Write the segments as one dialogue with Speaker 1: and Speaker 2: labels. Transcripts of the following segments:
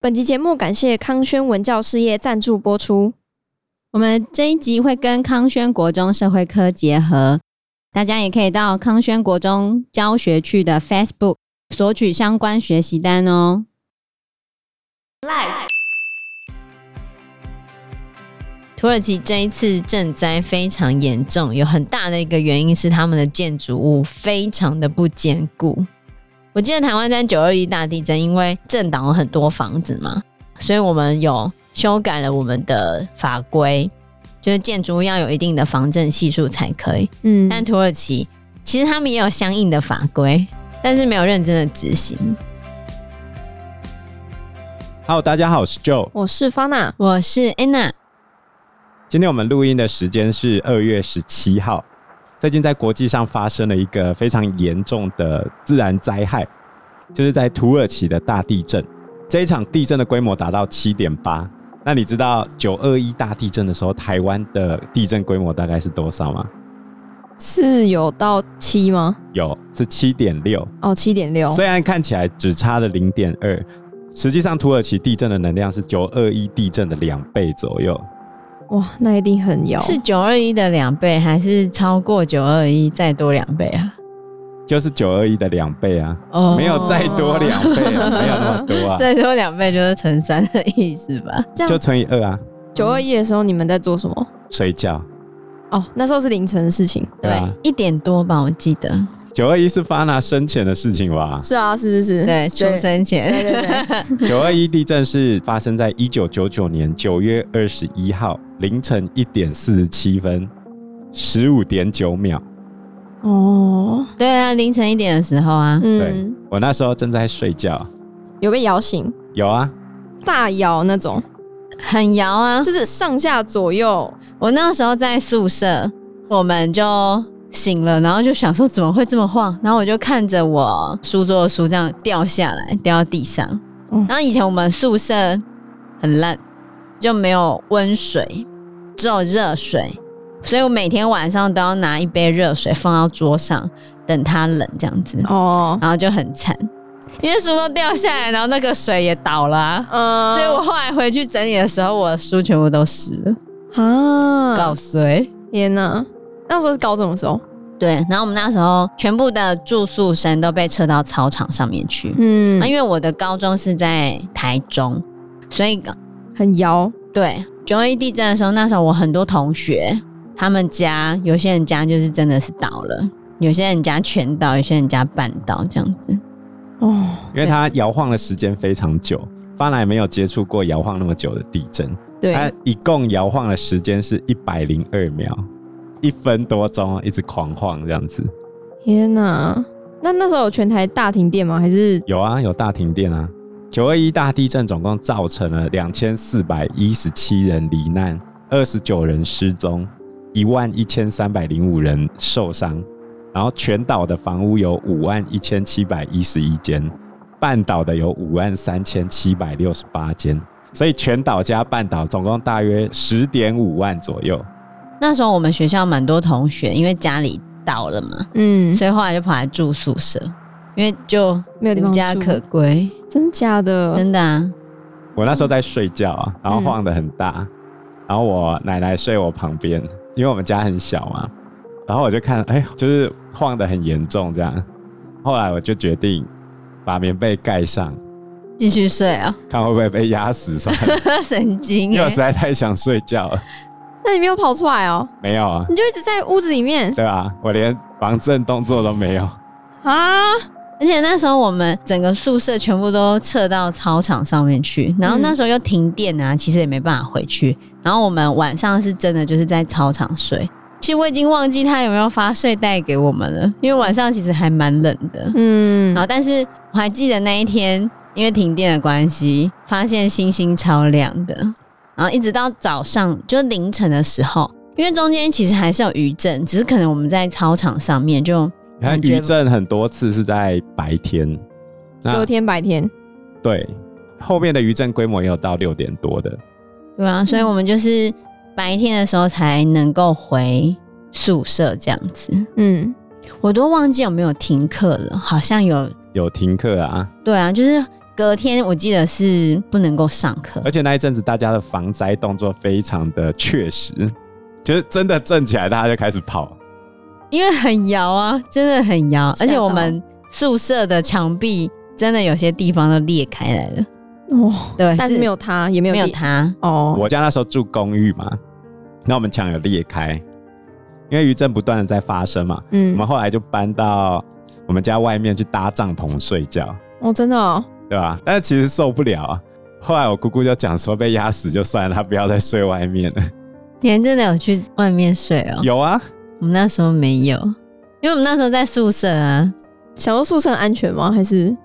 Speaker 1: 本集节目感谢康轩文教事业赞助播出。
Speaker 2: 我们这一集会跟康轩国中社会科结合，大家也可以到康轩国中教学区的 Facebook 索取相关学习单哦。土耳其这一次震灾非常严重，有很大的一个原因是他们的建筑物非常的不坚固。我记得台湾在九二一大地震，因为震倒了很多房子嘛，所以我们有修改了我们的法规，就是建筑物要有一定的防震系数才可以。
Speaker 1: 嗯
Speaker 2: 但土耳其其实他们也有相应的法规，但是没有认真的执行。
Speaker 3: Hello，大家好，我是 Joe。
Speaker 1: 我是方娜，
Speaker 2: 我是 Anna，
Speaker 3: 今天我们录音的时间是二月十七号。最近在国际上发生了一个非常严重的自然灾害，就是在土耳其的大地震。这一场地震的规模达到七点八。那你知道九二一大地震的时候，台湾的地震规模大概是多少吗？
Speaker 1: 是有到七吗？
Speaker 3: 有，是七点六。
Speaker 1: 哦，七点六。
Speaker 3: 虽然看起来只差了零点二，实际上土耳其地震的能量是九二一地震的两倍左右。
Speaker 1: 哇，那一定很摇。
Speaker 2: 是九二一的两倍，还是超过九二一再多两倍啊？
Speaker 3: 就是九二一的两倍啊，
Speaker 2: 哦
Speaker 3: 没有再多两倍、啊，没有那么多啊，
Speaker 2: 再多两倍就是乘三的意思吧？
Speaker 1: 这
Speaker 3: 就
Speaker 1: 样。
Speaker 3: 乘以二啊，
Speaker 1: 九二一的时候你们在做什么？
Speaker 3: 睡觉。
Speaker 1: 哦，那时候是凌晨的事情。
Speaker 3: 对啊
Speaker 2: 一点多吧，我记得。
Speaker 3: 九二一是发那生前的事 情吧？
Speaker 1: 是啊，是是是，
Speaker 2: 对，出生前
Speaker 1: 对对对，
Speaker 3: 九二一地震是发生在一九九九年九月二十一号凌晨一点四十七分，十五点九秒。
Speaker 1: 哦，
Speaker 2: 对啊，凌晨一点的时候啊，
Speaker 3: 对
Speaker 1: 嗯，
Speaker 3: 我那时候正在睡觉，
Speaker 1: 有被摇醒，
Speaker 3: 有啊，
Speaker 1: 大摇那种，
Speaker 2: 很摇啊。
Speaker 1: 就是上下左右，
Speaker 2: 我那时候在宿舍，我们就醒了，然后就想说怎么会这么晃，然后我就看着我书桌的书这样掉下来，掉到地上。
Speaker 1: 嗯
Speaker 2: 然后以前我们宿舍很烂，就没有温水，只有热水，所以我每天晚上都要拿一杯热水放到桌上，等它冷这样子，
Speaker 1: 哦，
Speaker 2: 然后就很惨，因为书都掉下来，然后那个水也倒了啊、
Speaker 1: 嗯，
Speaker 2: 所以我后来回去整理的时候，我的书全部都湿了，
Speaker 1: 啊，
Speaker 2: 搞碎。
Speaker 1: 天哪，那时候是高中的时候，
Speaker 2: 对，然后我们那时候全部的住宿生都被撤到操场上面去。
Speaker 1: 嗯
Speaker 2: 啊，，因为我的高中是在台中，所以
Speaker 1: 很摇，
Speaker 2: 对九二一地震的时候，那时候我很多同学他们家有些人家就是真的是倒了，有些人家全倒，有些人家半倒这样子。
Speaker 1: 哦，
Speaker 3: 因为它摇晃的时间非常久，发那也没有接触过摇晃那么久的地震。
Speaker 1: 对，
Speaker 3: 它一共摇晃的时间是一百零二秒，一分多钟，哦一直狂晃这样子。
Speaker 1: 天哪！那那时候有全台大停电吗？还是
Speaker 3: 有啊，有大停电啊。九二一大地震总共造成了两千四百一十七人罹难，二十九人失踪，一万一千三百零五人受伤。然后全岛的房屋有五万一千七百一十一间，半岛的有五万三千七百六十八间，所以全岛加半岛总共大约十点五万左右。
Speaker 2: 那时候我们学校蛮多同学，因为家里倒了嘛，
Speaker 1: 嗯，
Speaker 2: 所以后来就跑来住宿舍，因为就
Speaker 1: 没有地
Speaker 2: 无
Speaker 1: 方
Speaker 2: 家
Speaker 1: 住
Speaker 2: 可归，
Speaker 1: 真假的？
Speaker 2: 真的啊。
Speaker 3: 我那时候在睡觉啊，然后晃得很大，然后我奶奶睡我旁边，因为我们家很小嘛，然后我就看，哎、就是晃得很严重这样。后来我就决定把棉被盖上，
Speaker 2: 继续睡 啊，
Speaker 3: 看会不会被压死算了，
Speaker 2: 神经、
Speaker 3: 因为我
Speaker 2: 欸
Speaker 3: 实！在太想睡觉了。
Speaker 1: 那你没有跑出来哦，
Speaker 3: 没有啊，
Speaker 1: 你就一直在屋子里面
Speaker 3: 对吧、我连防震动作都没有，
Speaker 1: 啊？
Speaker 2: 而且那时候我们整个宿舍全部都撤到操场上面去，然后那时候又停电啊，其实也没办法回去。然后我们晚上是真的就是在操场睡。其实我已经忘记他有没有发睡袋给我们了，因为晚上其实还蛮冷的。
Speaker 1: 嗯
Speaker 2: 然，后，但是我还记得那一天，因为停电的关系，发现星星超亮的。然后一直到早上，就凌晨的时候，因为中间其实还是有余震，只是可能我们在操场上面就
Speaker 3: 你看
Speaker 2: 感觉
Speaker 3: 余震很多次是在白天，
Speaker 1: 隔天白天，
Speaker 3: 对后面的余震规模也有到六点多的，
Speaker 2: 对啊，所以我们就是白天的时候才能够回宿舍这样子。
Speaker 1: 嗯，
Speaker 2: 我都忘记有没有停课了，好像有。
Speaker 3: 有停课啊，
Speaker 2: 对啊，就是隔天我记得是不能够上课
Speaker 3: 而，且那一阵子大家的防灾动作非常的确实，就是真的震起来，大家就开始跑。
Speaker 2: 因为很摇啊，真的很摇，
Speaker 1: 吓到
Speaker 2: 而且我们宿舍的墙壁真的有些地方都裂开来了，
Speaker 1: 哦，
Speaker 2: 对，
Speaker 1: 但是没有他，也没有
Speaker 2: 没有
Speaker 1: 你
Speaker 2: 它，
Speaker 1: 哦，
Speaker 3: 我家那时候住公寓嘛，那我们墙有裂开，因为余震不断的在发生嘛，我
Speaker 1: 嗯
Speaker 3: 们，后来就搬到我们家外面去搭帐篷睡觉，
Speaker 1: 哦，真的哦，
Speaker 3: 对吧？但是其实受不了啊。后来我姑姑就讲说，被压死就算了，她不要再睡外面了。
Speaker 2: 你还真的有去外面睡哦？
Speaker 3: 有啊，
Speaker 2: 我们那时候没有，因为我们那时候在宿舍啊，
Speaker 1: 想说宿舍安全吗？还是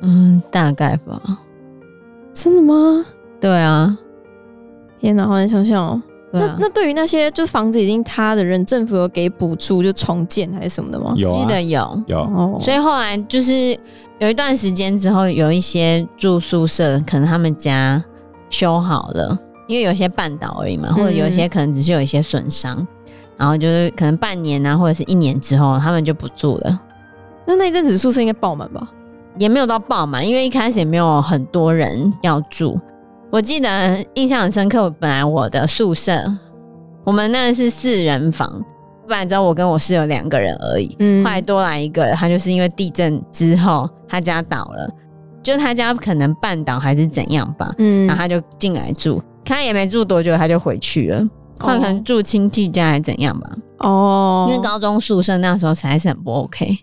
Speaker 2: 嗯，大概吧，
Speaker 1: 真的吗？
Speaker 2: 对啊，
Speaker 1: 天哪，好难想象哦。
Speaker 2: 对啊
Speaker 1: 那。那对于那些就是房子已经塌的人，政府有给补助，就重建还是什么的吗？
Speaker 3: 有
Speaker 2: 哦记
Speaker 3: 啊，
Speaker 2: 得有，
Speaker 3: 有。
Speaker 1: 哦，
Speaker 2: 所以后来就是有一段时间之后，有一些住宿舍可能他们家修好了，因为有一些半岛而已嘛，或者有一些可能只是有一些损伤，然后就是可能半年啊或者是一年之后，他们就不住了，
Speaker 1: 那那一阵子宿舍应该爆满吧？
Speaker 2: 也没有到爆满，因为一开始也没有很多人要住。我记得印象很深刻，本来我的宿舍，我们那是四人房，本来只有我跟我室友两个人而已，
Speaker 1: 嗯
Speaker 2: 后来多来一个，他就是因为地震之后他家倒了，就他家可能半倒还是怎样吧，
Speaker 1: 嗯
Speaker 2: 然后他就进来住，他也没住多久他就回去了，他可能住亲戚家还是怎样吧，
Speaker 1: 哦，
Speaker 2: 因为高中宿舍那时候实在是很 不 OK，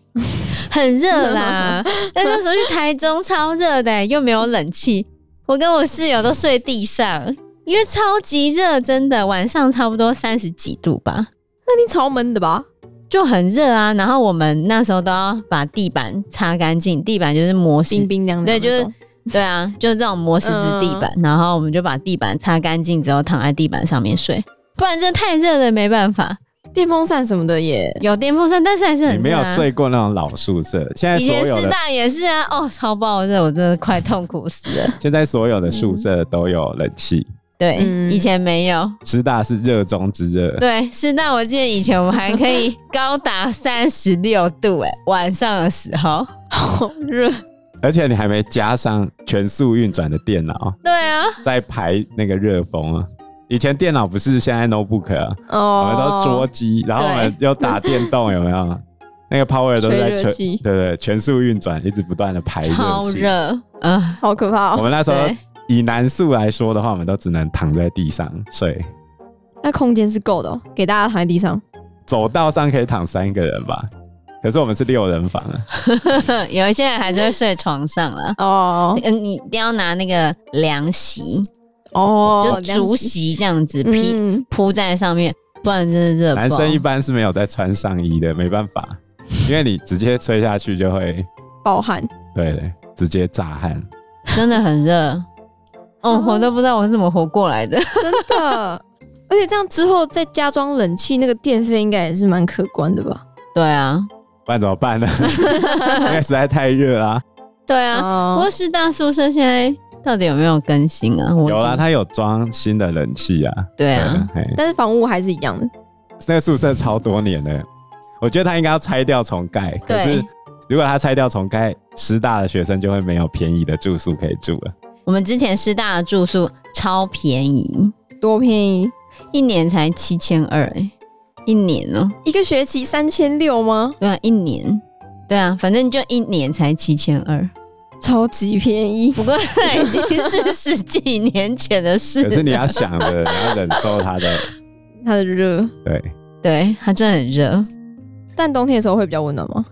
Speaker 2: 很热啦，但那时候去台中超热的、又没有冷气，我跟我室友都睡地上。因为超级热，真的晚上差不多三十几度吧，
Speaker 1: 那你超闷的吧？
Speaker 2: 就很热啊。然后我们那时候都要把地板擦干净，地板就是磨石
Speaker 1: 冰冰凉凉那
Speaker 2: 对
Speaker 1: 种，
Speaker 2: 就是对啊，就是这种磨石子地板，
Speaker 1: 嗯
Speaker 2: 然后我们就把地板擦干净之后躺在地板上面睡，不然真的太热了，没办法。
Speaker 1: 电风扇什么的也
Speaker 2: 有电风扇，但是还是很热、啊。
Speaker 3: 你没有睡过那种老宿舍，现在
Speaker 2: 以
Speaker 3: 所
Speaker 2: 前
Speaker 3: 有
Speaker 2: 师
Speaker 3: 的
Speaker 2: 大也是啊，哦，超爆热，我真的快痛苦死了。
Speaker 3: 现在所有的
Speaker 2: 嗯
Speaker 3: 宿舍都有冷气，
Speaker 2: 对，
Speaker 1: 嗯
Speaker 2: 以前没有。
Speaker 3: 师大是热中之热。
Speaker 2: 对，师大我记得以前我们还可以高达三十六度、哎，晚上的时候。
Speaker 1: 好热。
Speaker 3: 而且你还没加上全速运转的电脑
Speaker 2: 对啊，
Speaker 3: 在排那个热风啊。以前电脑不是现在 notebook 啊，我们
Speaker 1: 哦
Speaker 3: 都桌机，然后我们又打电动，有没有？那个 power 都是
Speaker 1: 吹
Speaker 3: 在
Speaker 1: 热
Speaker 3: 全
Speaker 1: 气
Speaker 3: 对对全速运转，一直不断的排
Speaker 2: 超
Speaker 3: 热气。
Speaker 2: 热，呃，
Speaker 1: 好可怕
Speaker 3: 我
Speaker 1: 哦。
Speaker 3: 们那时候
Speaker 2: 对
Speaker 3: 以男宿来说的话，我们都只能躺在地上睡，
Speaker 1: 那空间是够的、哦，给大家躺在地上。
Speaker 3: 走道上可以躺三个人吧。可是我们是六人房啊，
Speaker 2: 有一些人还是会睡床上了。
Speaker 1: 哦
Speaker 2: 嗯，你一定要拿那个凉席，
Speaker 1: 哦，
Speaker 2: 就竹
Speaker 1: 席
Speaker 2: 席这样子披
Speaker 1: 嗯，
Speaker 2: 铺在上面，不然真的热爆。
Speaker 3: 男生一般是没有在穿上衣的，没办法，因为你直接吹下去就会，
Speaker 1: 暴汗。
Speaker 3: 对，直接炸汗。
Speaker 2: 真的很热。哦，
Speaker 1: 嗯
Speaker 2: 我都不知道我是怎么活 过来的。
Speaker 1: 真的。而且这样之后再加装冷气，那个电费应该也是蛮可观的吧？
Speaker 2: 对啊，
Speaker 3: 不然怎么办呢？ 因为实在太热啦、
Speaker 2: 对啊。不
Speaker 1: 啊
Speaker 2: 过师大宿舍现在到底有没有更新啊？我
Speaker 3: 有啦，
Speaker 2: 啊，
Speaker 3: 他有装新的冷气啊。
Speaker 2: 对啊，
Speaker 3: 嘿，
Speaker 1: 但是房屋还是一样的。
Speaker 3: 那个宿舍超多年了，我觉得他应该要拆掉重盖。啊可是
Speaker 2: 对
Speaker 3: 如果他拆掉重盖，师大的学生就会没有便宜的住宿可以住了。
Speaker 2: 我们之前师大的住宿超便宜，
Speaker 1: 多便宜，
Speaker 2: 一年才七千二，哎，一年哦、
Speaker 1: 一个学期三千六吗？
Speaker 2: 对啊，一年。对啊，反正就一年才七千二，
Speaker 1: 超级便宜。
Speaker 2: 不过那已经是十几年前的事了。
Speaker 3: 可是你要想 的，你要忍受他的，
Speaker 1: 它的热，
Speaker 3: 对，
Speaker 2: 对它真的很热。
Speaker 1: 但冬天的时候会比较温暖吗？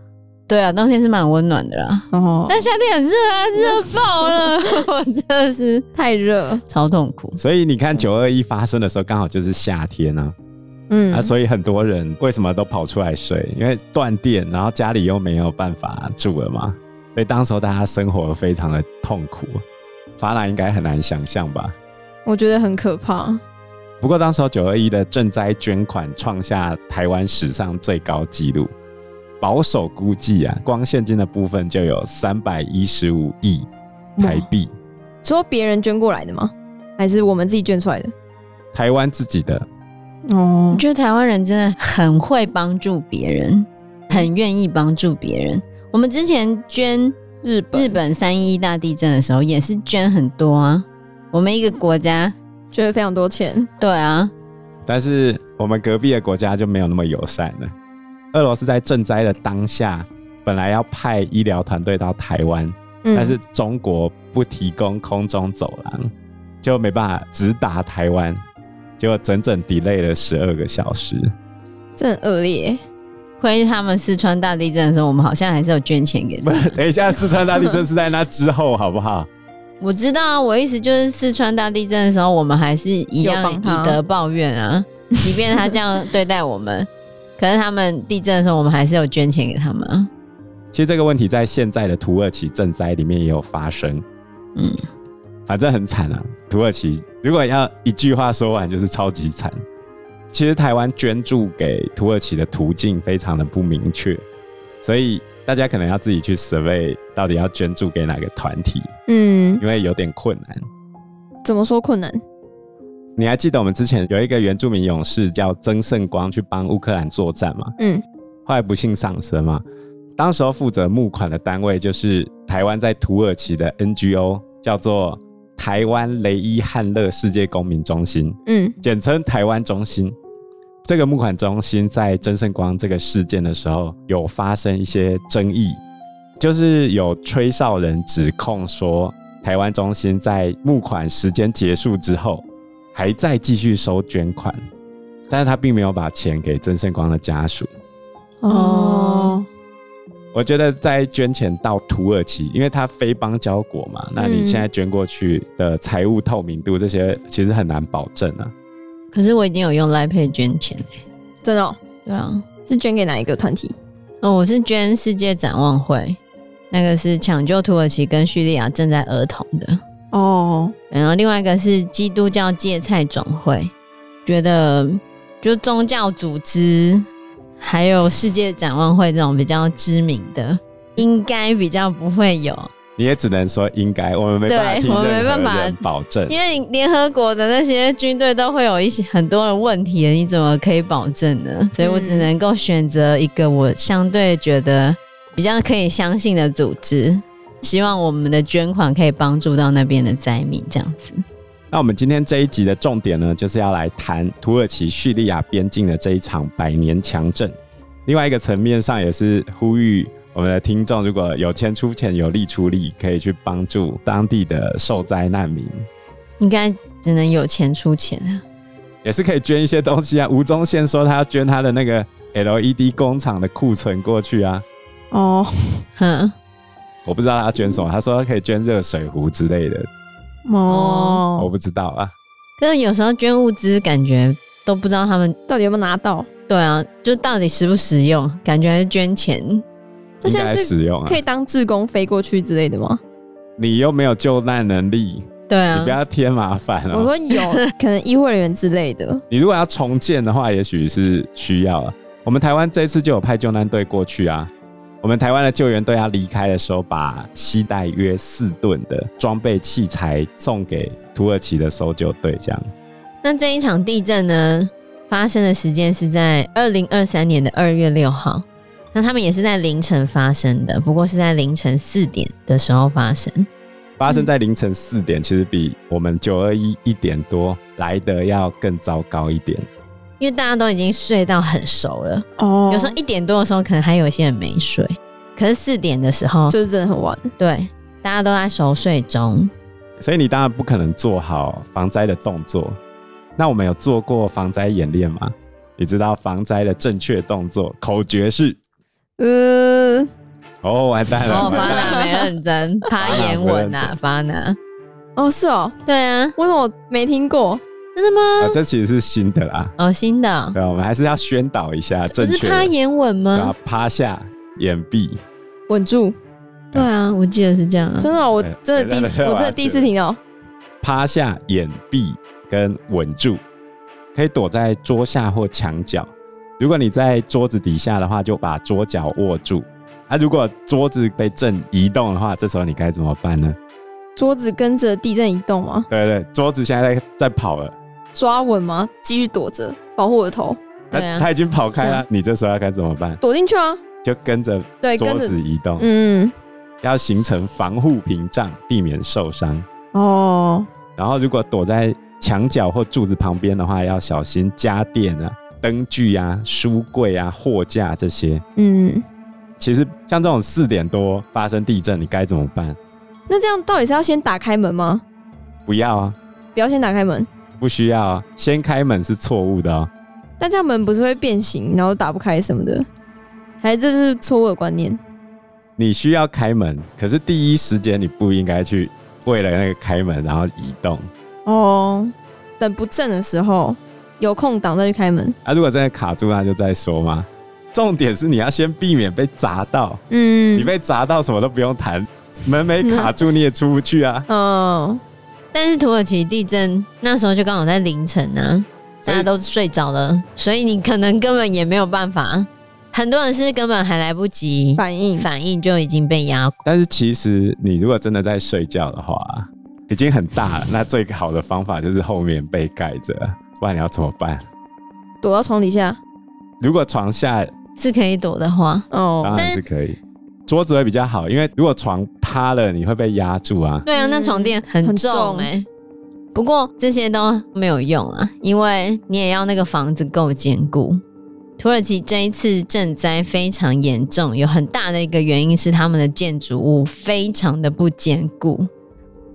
Speaker 2: 对啊，冬天是蛮温暖的啦，
Speaker 1: 哦，但
Speaker 2: 但夏天很热啊，热爆了， 我真的是
Speaker 1: 太热，
Speaker 2: 超痛苦。
Speaker 3: 所以你看九二一发生的时候，刚好就是夏天啊。
Speaker 1: 嗯，
Speaker 3: 啊，所以很多人为什么都跑出来睡？因为断电，然后家里又没有办法住了嘛，所以当时候大家生活非常的痛苦。法兰应该很难想象吧？
Speaker 1: 我觉得很可怕。
Speaker 3: 不过当时候九二一的赈灾捐款创下台湾史上最高纪录，保守估计啊，光现金的部分就有三百一十五亿台币，
Speaker 1: 说别人捐过来的吗？还是我们自己捐出来的？
Speaker 3: 台湾自己的
Speaker 1: 哦
Speaker 2: 我，觉得台湾人真的很会帮助别人，很愿意帮助别人。我们之前捐
Speaker 1: 日本
Speaker 2: 日本三一一大地震的时候也是捐很多啊，我们一个国家，
Speaker 1: 捐了非常多钱，
Speaker 2: 对啊，
Speaker 3: 但是我们隔壁的国家就没有那么友善了。俄罗斯在赈灾的当下，本来要派医疗团队到台湾，
Speaker 1: 嗯
Speaker 3: 但是中国不提供空中走廊，就没办法直达台湾，结果整整 delay 了十二个小时。
Speaker 1: 这很恶劣。
Speaker 2: 亏他们四川大地震的时候，我们好像还是有捐钱给他
Speaker 3: 不，等一下，四川大地震是在那之后，好不好？
Speaker 2: 我知道啊，我意思就是四川大地震的时候，我们还是一
Speaker 1: 有
Speaker 2: 样
Speaker 1: 帮他
Speaker 2: 以德报怨 啊，即便他这样对待我们，可是他们地震的时候，我们还是有捐钱给他们啊。
Speaker 3: 其实这个问题在现在的土耳其赈灾里面也有发生。
Speaker 2: 嗯，
Speaker 3: 反正很惨啊，土耳其如果要一句话说完，就是超级惨。其实台湾捐助给土耳其的途径非常的不明确，所以大家可能要自己去 survey 到底要捐助给哪个团体，
Speaker 1: 嗯，
Speaker 3: 因为有点困难。
Speaker 1: 怎么说困难？
Speaker 3: 你还记得我们之前有一个原住民勇士叫曾圣光去帮乌克兰作战吗？
Speaker 1: 嗯，
Speaker 3: 后来不幸丧生嘛。当时候负责募款的单位就是台湾在土耳其的 NGO，叫做台湾雷伊汉勒世界公民中心，
Speaker 1: 嗯
Speaker 3: 简称台湾中心。这个募款中心在曾圣光这个事件的时候，有发生一些争议，就是有吹哨人指控说，台湾中心在募款时间结束之后，还在继续收捐款，但是他并没有把钱给曾圣光的家属。
Speaker 1: 哦
Speaker 2: 哦，
Speaker 3: 我觉得在捐钱到土耳其，因为它非邦交国嘛，
Speaker 2: 嗯
Speaker 3: 那你现在捐过去的财务透明度这些其实很难保证啊。
Speaker 2: 可是我已经有用 l i p a y 捐钱了
Speaker 1: 真的、哦、
Speaker 2: 对啊，
Speaker 1: 是捐给哪一个团体？
Speaker 2: 哦，我是捐世界展望会，那个是抢救土耳其跟叙利亚赈灾儿童的，
Speaker 1: 哦，
Speaker 2: 然后另外一个是基督教芥菜总会，觉得就宗教组织还有世界展望会这种比较知名的，应该比较不会有，
Speaker 3: 你也只能说应该，我们没办法
Speaker 2: 对
Speaker 3: 替
Speaker 2: 我们没办
Speaker 3: 任何
Speaker 2: 法
Speaker 3: 人保证。
Speaker 2: 因为联合国的那些军队都会有一些很多的问题，你怎么可以保证呢？所以我只能够选择一个我相对觉得比较可以相信的组织，希望我们的捐款可以帮助到那边的灾民，这样子。
Speaker 3: 那我们今天这一集的重点呢，就是要来谈土耳其叙利亚边境的这一场百年强震。另外一个层面上，也是呼吁我们的听众，如果有钱出钱，有力出力，可以去帮助当地的受灾难民，
Speaker 2: 应该只能有钱出钱啊。
Speaker 3: 也是可以捐一些东西啊。 吴宗宪说他要捐他的那个 LED 工厂的库存过去啊，
Speaker 1: 哦，
Speaker 2: 哼，
Speaker 3: 我不知道他要捐什么，他说他可以捐热水壶之类的，我
Speaker 1: 哦，
Speaker 3: 不知道啊。
Speaker 2: 可是有时候捐物资，感觉都不知道他们
Speaker 1: 到底有没有拿到？
Speaker 3: 哦
Speaker 2: 对啊，就到底实不实用，感觉还是捐钱。
Speaker 1: 那
Speaker 3: 应
Speaker 1: 现
Speaker 3: 该
Speaker 1: 在是
Speaker 3: 使用啊
Speaker 1: 可，以当志工飞过去之类的吗？
Speaker 3: 你又没有救难能力，
Speaker 2: 对
Speaker 3: 你
Speaker 2: 啊
Speaker 3: 不，要添麻烦哦。
Speaker 1: 嗯我说 有，可能医护人员之类的。
Speaker 3: 你如果要重建的话，也许是需要啊。我们台湾这次就有派救难队过去啊。我们台湾的救援队要离开的时候，把携带约四吨的装备器材送给土耳其的搜救队，这样。
Speaker 2: 那这一场地震呢，发生的时间是在二零二三年的二月六号。那他们也是在凌晨发生的，不过是在凌晨四点的时候发生。
Speaker 3: 发生在凌晨四点，其实比我们九二一一点多来的要更糟糕一点。
Speaker 2: 因为大家都已经睡到很熟了，
Speaker 1: 哦
Speaker 2: 有时候一点多的时候，可能还有一些人没睡，可是四点的时候，
Speaker 1: 就是真的很晚。
Speaker 2: 对，大家都在熟睡中。
Speaker 3: 所以你当然不可能做好防灾的动作。那我们有做过防灾演练吗？你知道防灾的正确动作口诀是？
Speaker 1: 呃，
Speaker 3: 哦，完蛋了！啊
Speaker 2: 哦，
Speaker 3: 完蛋
Speaker 2: 发
Speaker 3: 了
Speaker 2: 达没认真，发言文啊，发达。
Speaker 1: 哦是哦，
Speaker 2: 对啊，
Speaker 1: 为什么我没听过？
Speaker 2: 真的吗？
Speaker 3: 啊，这其实是新的啦。
Speaker 2: 哦，新的，
Speaker 3: 对啊，我们还是要宣导一下
Speaker 2: 不
Speaker 3: 正确
Speaker 2: 是
Speaker 3: 的。
Speaker 2: 发言文
Speaker 3: 对
Speaker 2: 吗
Speaker 3: 啊？，趴下，掩蔽。
Speaker 1: 稳住，
Speaker 2: 对啊，我记得是这样啊。
Speaker 1: 真的哦、我
Speaker 3: 哎
Speaker 1: 真的第一次，
Speaker 3: 哎来来来
Speaker 1: 我真的第一次听到。
Speaker 3: 趴下、掩蔽跟稳住，可以躲在桌下或墙角。如果你在桌子底下的话，就把桌角握住。啊，如果桌子被震移动的话，这时候你该怎么办呢？
Speaker 1: 桌子跟着地震移动吗？
Speaker 3: 对对，桌子现在在在跑了，
Speaker 1: 抓稳吗？继续躲着，保护我的头，
Speaker 3: 那
Speaker 2: 对啊
Speaker 3: 它已经跑开了，你这时候要该怎么办？
Speaker 1: 躲进去啊。
Speaker 3: 就跟着
Speaker 1: 对，
Speaker 3: 桌
Speaker 1: 跟着，
Speaker 3: 子移动。
Speaker 1: 嗯，
Speaker 3: 要形成防护屏障，避免受伤。
Speaker 1: 哦，
Speaker 3: 然后如果躲在墙角或柱子旁边的话，要小心家电啊、灯具啊、书柜啊、货架这些。
Speaker 1: 嗯，
Speaker 3: 其实像这种四点多发生地震，你该怎么办？
Speaker 1: 那这样到底是要先打开门吗？
Speaker 3: 不要啊，
Speaker 1: 不要先打开门，
Speaker 3: 不需要啊，先开门是错误的哦。
Speaker 1: 那这样门不是会变形，然后打不开什么的？还是这是错误的观念？
Speaker 3: 你需要开门，可是第一时间你不应该去为了那个开门然后移动。
Speaker 1: 哦，等不正的时候有空档再去开门。
Speaker 3: 啊，如果真的卡住，那就再说嘛。重点是你要先避免被砸到，你
Speaker 1: 嗯，
Speaker 3: 被砸到什么都不用谈，门没卡住你也出不去啊。
Speaker 1: 哦，
Speaker 2: 但是土耳其地震那时候就刚好在凌晨啊，大
Speaker 3: 所
Speaker 2: 家
Speaker 3: 以
Speaker 2: 都睡着了，所以你可能根本也没有办法。很多人是根本还来不及
Speaker 1: 反应
Speaker 2: 反应就已经被压垮。
Speaker 3: 但是其实你如果真的在睡觉的话，已经很大了，那最好的方法就是后面被盖着，不然你要怎么办？
Speaker 1: 躲到床底下。
Speaker 3: 如果床下
Speaker 2: 是可以躲的话，
Speaker 1: 哦，
Speaker 3: 当然是可以，桌子会比较好，因为如果床塌了，你会被压住啊。
Speaker 2: 对啊，
Speaker 1: 嗯
Speaker 2: 那床垫很
Speaker 1: 很
Speaker 2: 重
Speaker 1: 重
Speaker 2: 哎、不过这些都没有用啊，因为你也要那个房子够坚固。土耳其这一次震灾非常严重，有很大的一个原因是他们的建筑物非常的不坚固。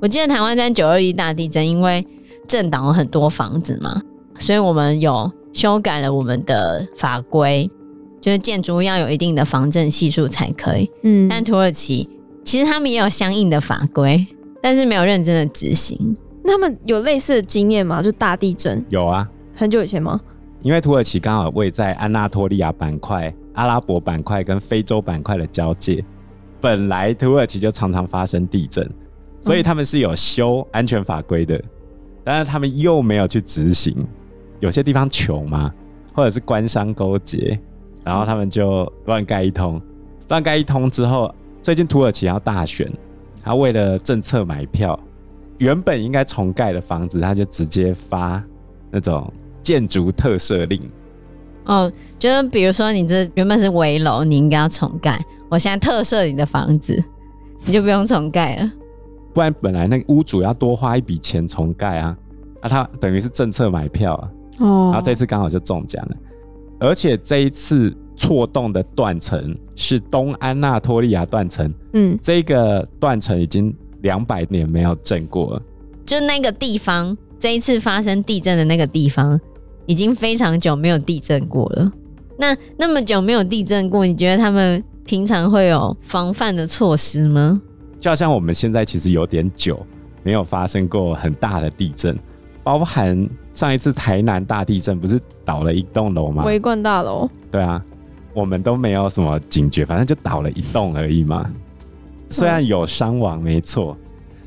Speaker 2: 我记得台湾在九二一大地震，因为震倒了很多房子嘛，所以我们有修改了我们的法规，就是建筑物要有一定的防震系数才可以。
Speaker 1: 嗯，
Speaker 2: 但土耳其其实他们也有相应的法规，但是没有认真的执行。
Speaker 1: 那他们有类似的经验吗？就大地震
Speaker 3: 有啊，
Speaker 1: 很久以前吗？
Speaker 3: 因为土耳其刚好位在安纳托利亚板块、阿拉伯板块跟非洲板块的交界，本来土耳其就常常发生地震，所以他们是有修安全法规的，但是他们又没有去执行。有些地方穷嘛，或者是官商勾结，然后他们就乱盖一通，乱盖一通之后，最近土耳其要大选，他为了政策买票，原本应该重盖的房子，他就直接发那种建筑特赦令，
Speaker 2: 哦，就是比如说你这原本是围楼，你应该要重盖，我现在特赦你的房子，你就不用重盖了。
Speaker 3: 不然本来那个屋主要多花一笔钱重盖啊，啊，他等于是政策买票啊，
Speaker 1: 哦
Speaker 3: 然后这次刚好就中奖了，而且这一次错动的断层是东安纳托利亚断层，
Speaker 1: 嗯，
Speaker 3: 这个断层已经两百年没有震过了，
Speaker 2: 就那个地方，这一次发生地震的那个地方，已经非常久没有地震过了。那那么久没有地震过，你觉得他们平常会有防范的措施吗？
Speaker 3: 就好像我们现在其实有点久没有发生过很大的地震，包含上一次台南大地震不是倒了一栋楼吗？
Speaker 1: 围观大楼，
Speaker 3: 对啊，我们都没有什么警觉，反正就倒了一栋而已嘛。虽然有伤亡，没错，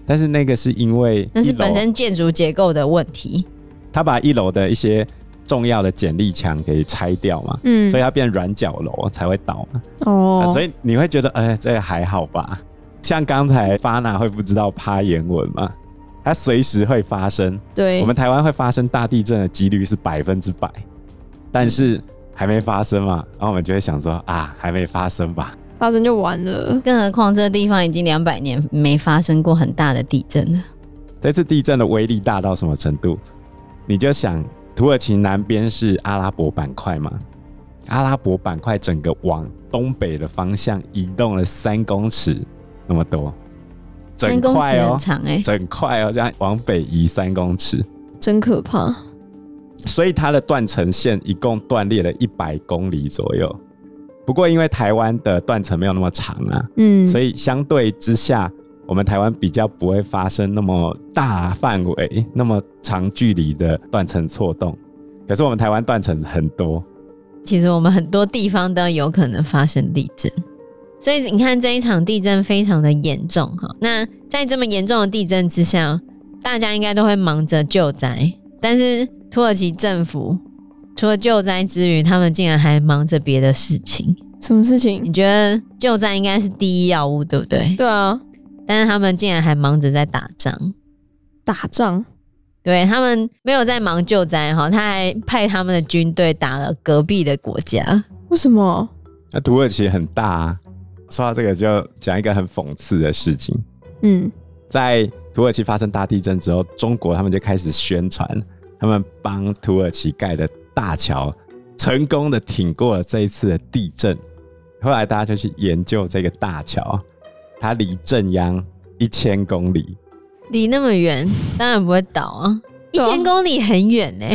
Speaker 3: 但是那个是因为
Speaker 2: 那
Speaker 3: 一
Speaker 2: 是
Speaker 3: 楼
Speaker 2: 本身建筑结构的问题。
Speaker 3: 他把一楼的一些重要的剪力墙给拆掉嘛，
Speaker 1: 嗯
Speaker 3: 所以它变软角楼才会倒嘛。
Speaker 1: 哦
Speaker 3: 啊，所以你会觉得，哎、这个还好吧？像刚才发娜会不知道趴眼文嘛，它随时会发生。
Speaker 1: 对，
Speaker 3: 我们台湾会发生大地震的几率是百分之百，但是还没发生嘛，然后我们就会想说啊，还没发生吧。
Speaker 1: 发生就完了，
Speaker 2: 更何况这地方已经两百年没发生过很大的地震了。
Speaker 3: 这次地震的威力大到什么程度？你就想，土耳其南边是阿拉伯板块嘛，阿拉伯板块整个往东北的方向移动了三公尺那么多，整
Speaker 2: 三公
Speaker 3: 块
Speaker 2: 尺
Speaker 3: 哦
Speaker 2: 很，长哎、
Speaker 3: 整块哦，这样往北移三公尺，
Speaker 1: 真可怕。
Speaker 3: 所以它的断层线一共断裂了一百公里左右。不过因为台湾的断层没有那么长啊，
Speaker 1: 嗯，
Speaker 3: 所
Speaker 1: 以
Speaker 3: 以相对之下，我们台湾比较不会发生那么大范围、那么长距离的断层错动。可是我们台湾断层很多，
Speaker 2: 其实我们很多地方都有可能发生地震，所以你看这一场地震非常的严重哈。那在这么严重的地震之下，大家应该都会忙着救灾，但是土耳其政府除了救灾之余，他们竟然还忙着别的事情。
Speaker 1: 什么事情？
Speaker 2: 你觉得救灾应该是第一要务，对不对？
Speaker 1: 对啊，
Speaker 2: 但是他们竟然还忙着在打仗。
Speaker 1: 打仗，
Speaker 2: 对他们没有在忙救灾哈，他还派他们的军队打了隔壁的国家。
Speaker 1: 为什么？
Speaker 3: 那土耳其很大、啊，说到这个，就讲一个很讽刺的事情，
Speaker 1: 嗯，
Speaker 3: 在土耳其发生大地震之后，中国他们就开始宣传，他们帮土耳其盖的大桥成功的挺过了这一次的地震。后来大家就去研究这个大桥，它离正央一千公里，
Speaker 2: 离那么远，当然不会倒啊。一
Speaker 1: 对啊
Speaker 2: 千公里很远 呢、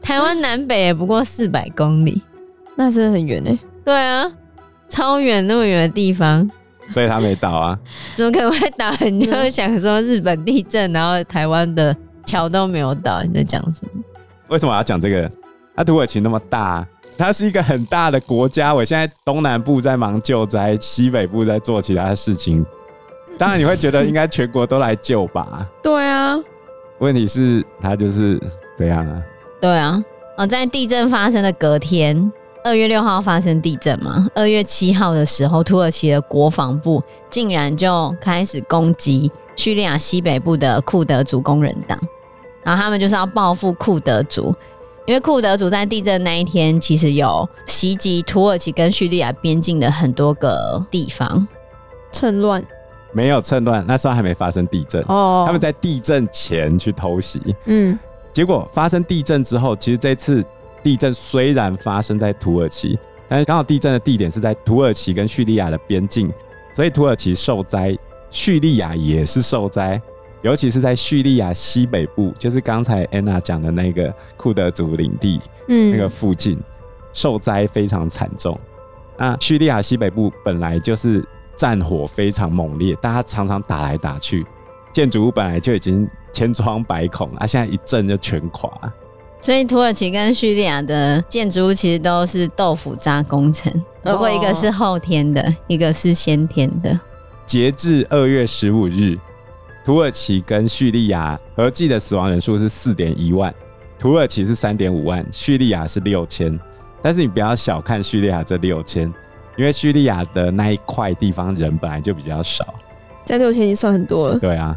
Speaker 2: 台湾南北也不过四百公里。
Speaker 1: 那真的很远哎、
Speaker 3: 欸
Speaker 2: 对啊，超远那么远的地方，
Speaker 3: 所以它没倒啊。
Speaker 2: 怎么可能会倒？你
Speaker 1: 啊
Speaker 2: 就想说日本地震，然后台湾的桥都没有倒，你在讲什么？
Speaker 3: 为什么我要讲这个？它土耳其那么大，它是一个很大的国家。我现在东南部在忙救灾，西北部在做其他事情。当然你会觉得应该全国都来救吧？
Speaker 1: 对啊，
Speaker 3: 问题是它就是这样啊。
Speaker 2: 对啊，哦，在地震发生的隔天，二月六号发生地震嘛，二月七号的时候，土耳其的国防部竟然就开始攻击叙利亚西北部的库德族工人党，然后他们就是要报复库德族。因为库德族在地震那一天，其实有袭击土耳其跟叙利亚边境的很多个地方，
Speaker 1: 趁乱
Speaker 3: 没有趁乱，那时候还没发生地震，
Speaker 1: 哦。
Speaker 3: 他们在地震前去偷袭，
Speaker 1: 嗯
Speaker 3: 结果发生地震之后，其实这次地震虽然发生在土耳其，但是刚好地震的地点是在土耳其跟叙利亚的边境，所以土耳其受灾，叙利亚也是受灾，尤其是在叙利亚西北部，就是刚才安娜讲的那个库德族领地，
Speaker 1: 嗯，
Speaker 3: 那个附近受灾非常惨重。那叙利亚西北部本来就是战火非常猛烈，大家常常打来打去，建筑物本来就已经千疮百孔啊，现在一震就全垮。
Speaker 2: 所以土耳其跟叙利亚的建筑物其实都是豆腐渣工程，
Speaker 1: 哦
Speaker 2: 不过一个是后天的，一个是先天的。
Speaker 3: 截至二月十五日，土耳其跟叙利亚合计的死亡人数是四点一万，土耳其是三点五万，叙利亚是六千。但是你不要小看叙利亚这六千，因为叙利亚的那一块地方人本来就比较少。
Speaker 1: 在六千已经算很多了。
Speaker 3: 对啊。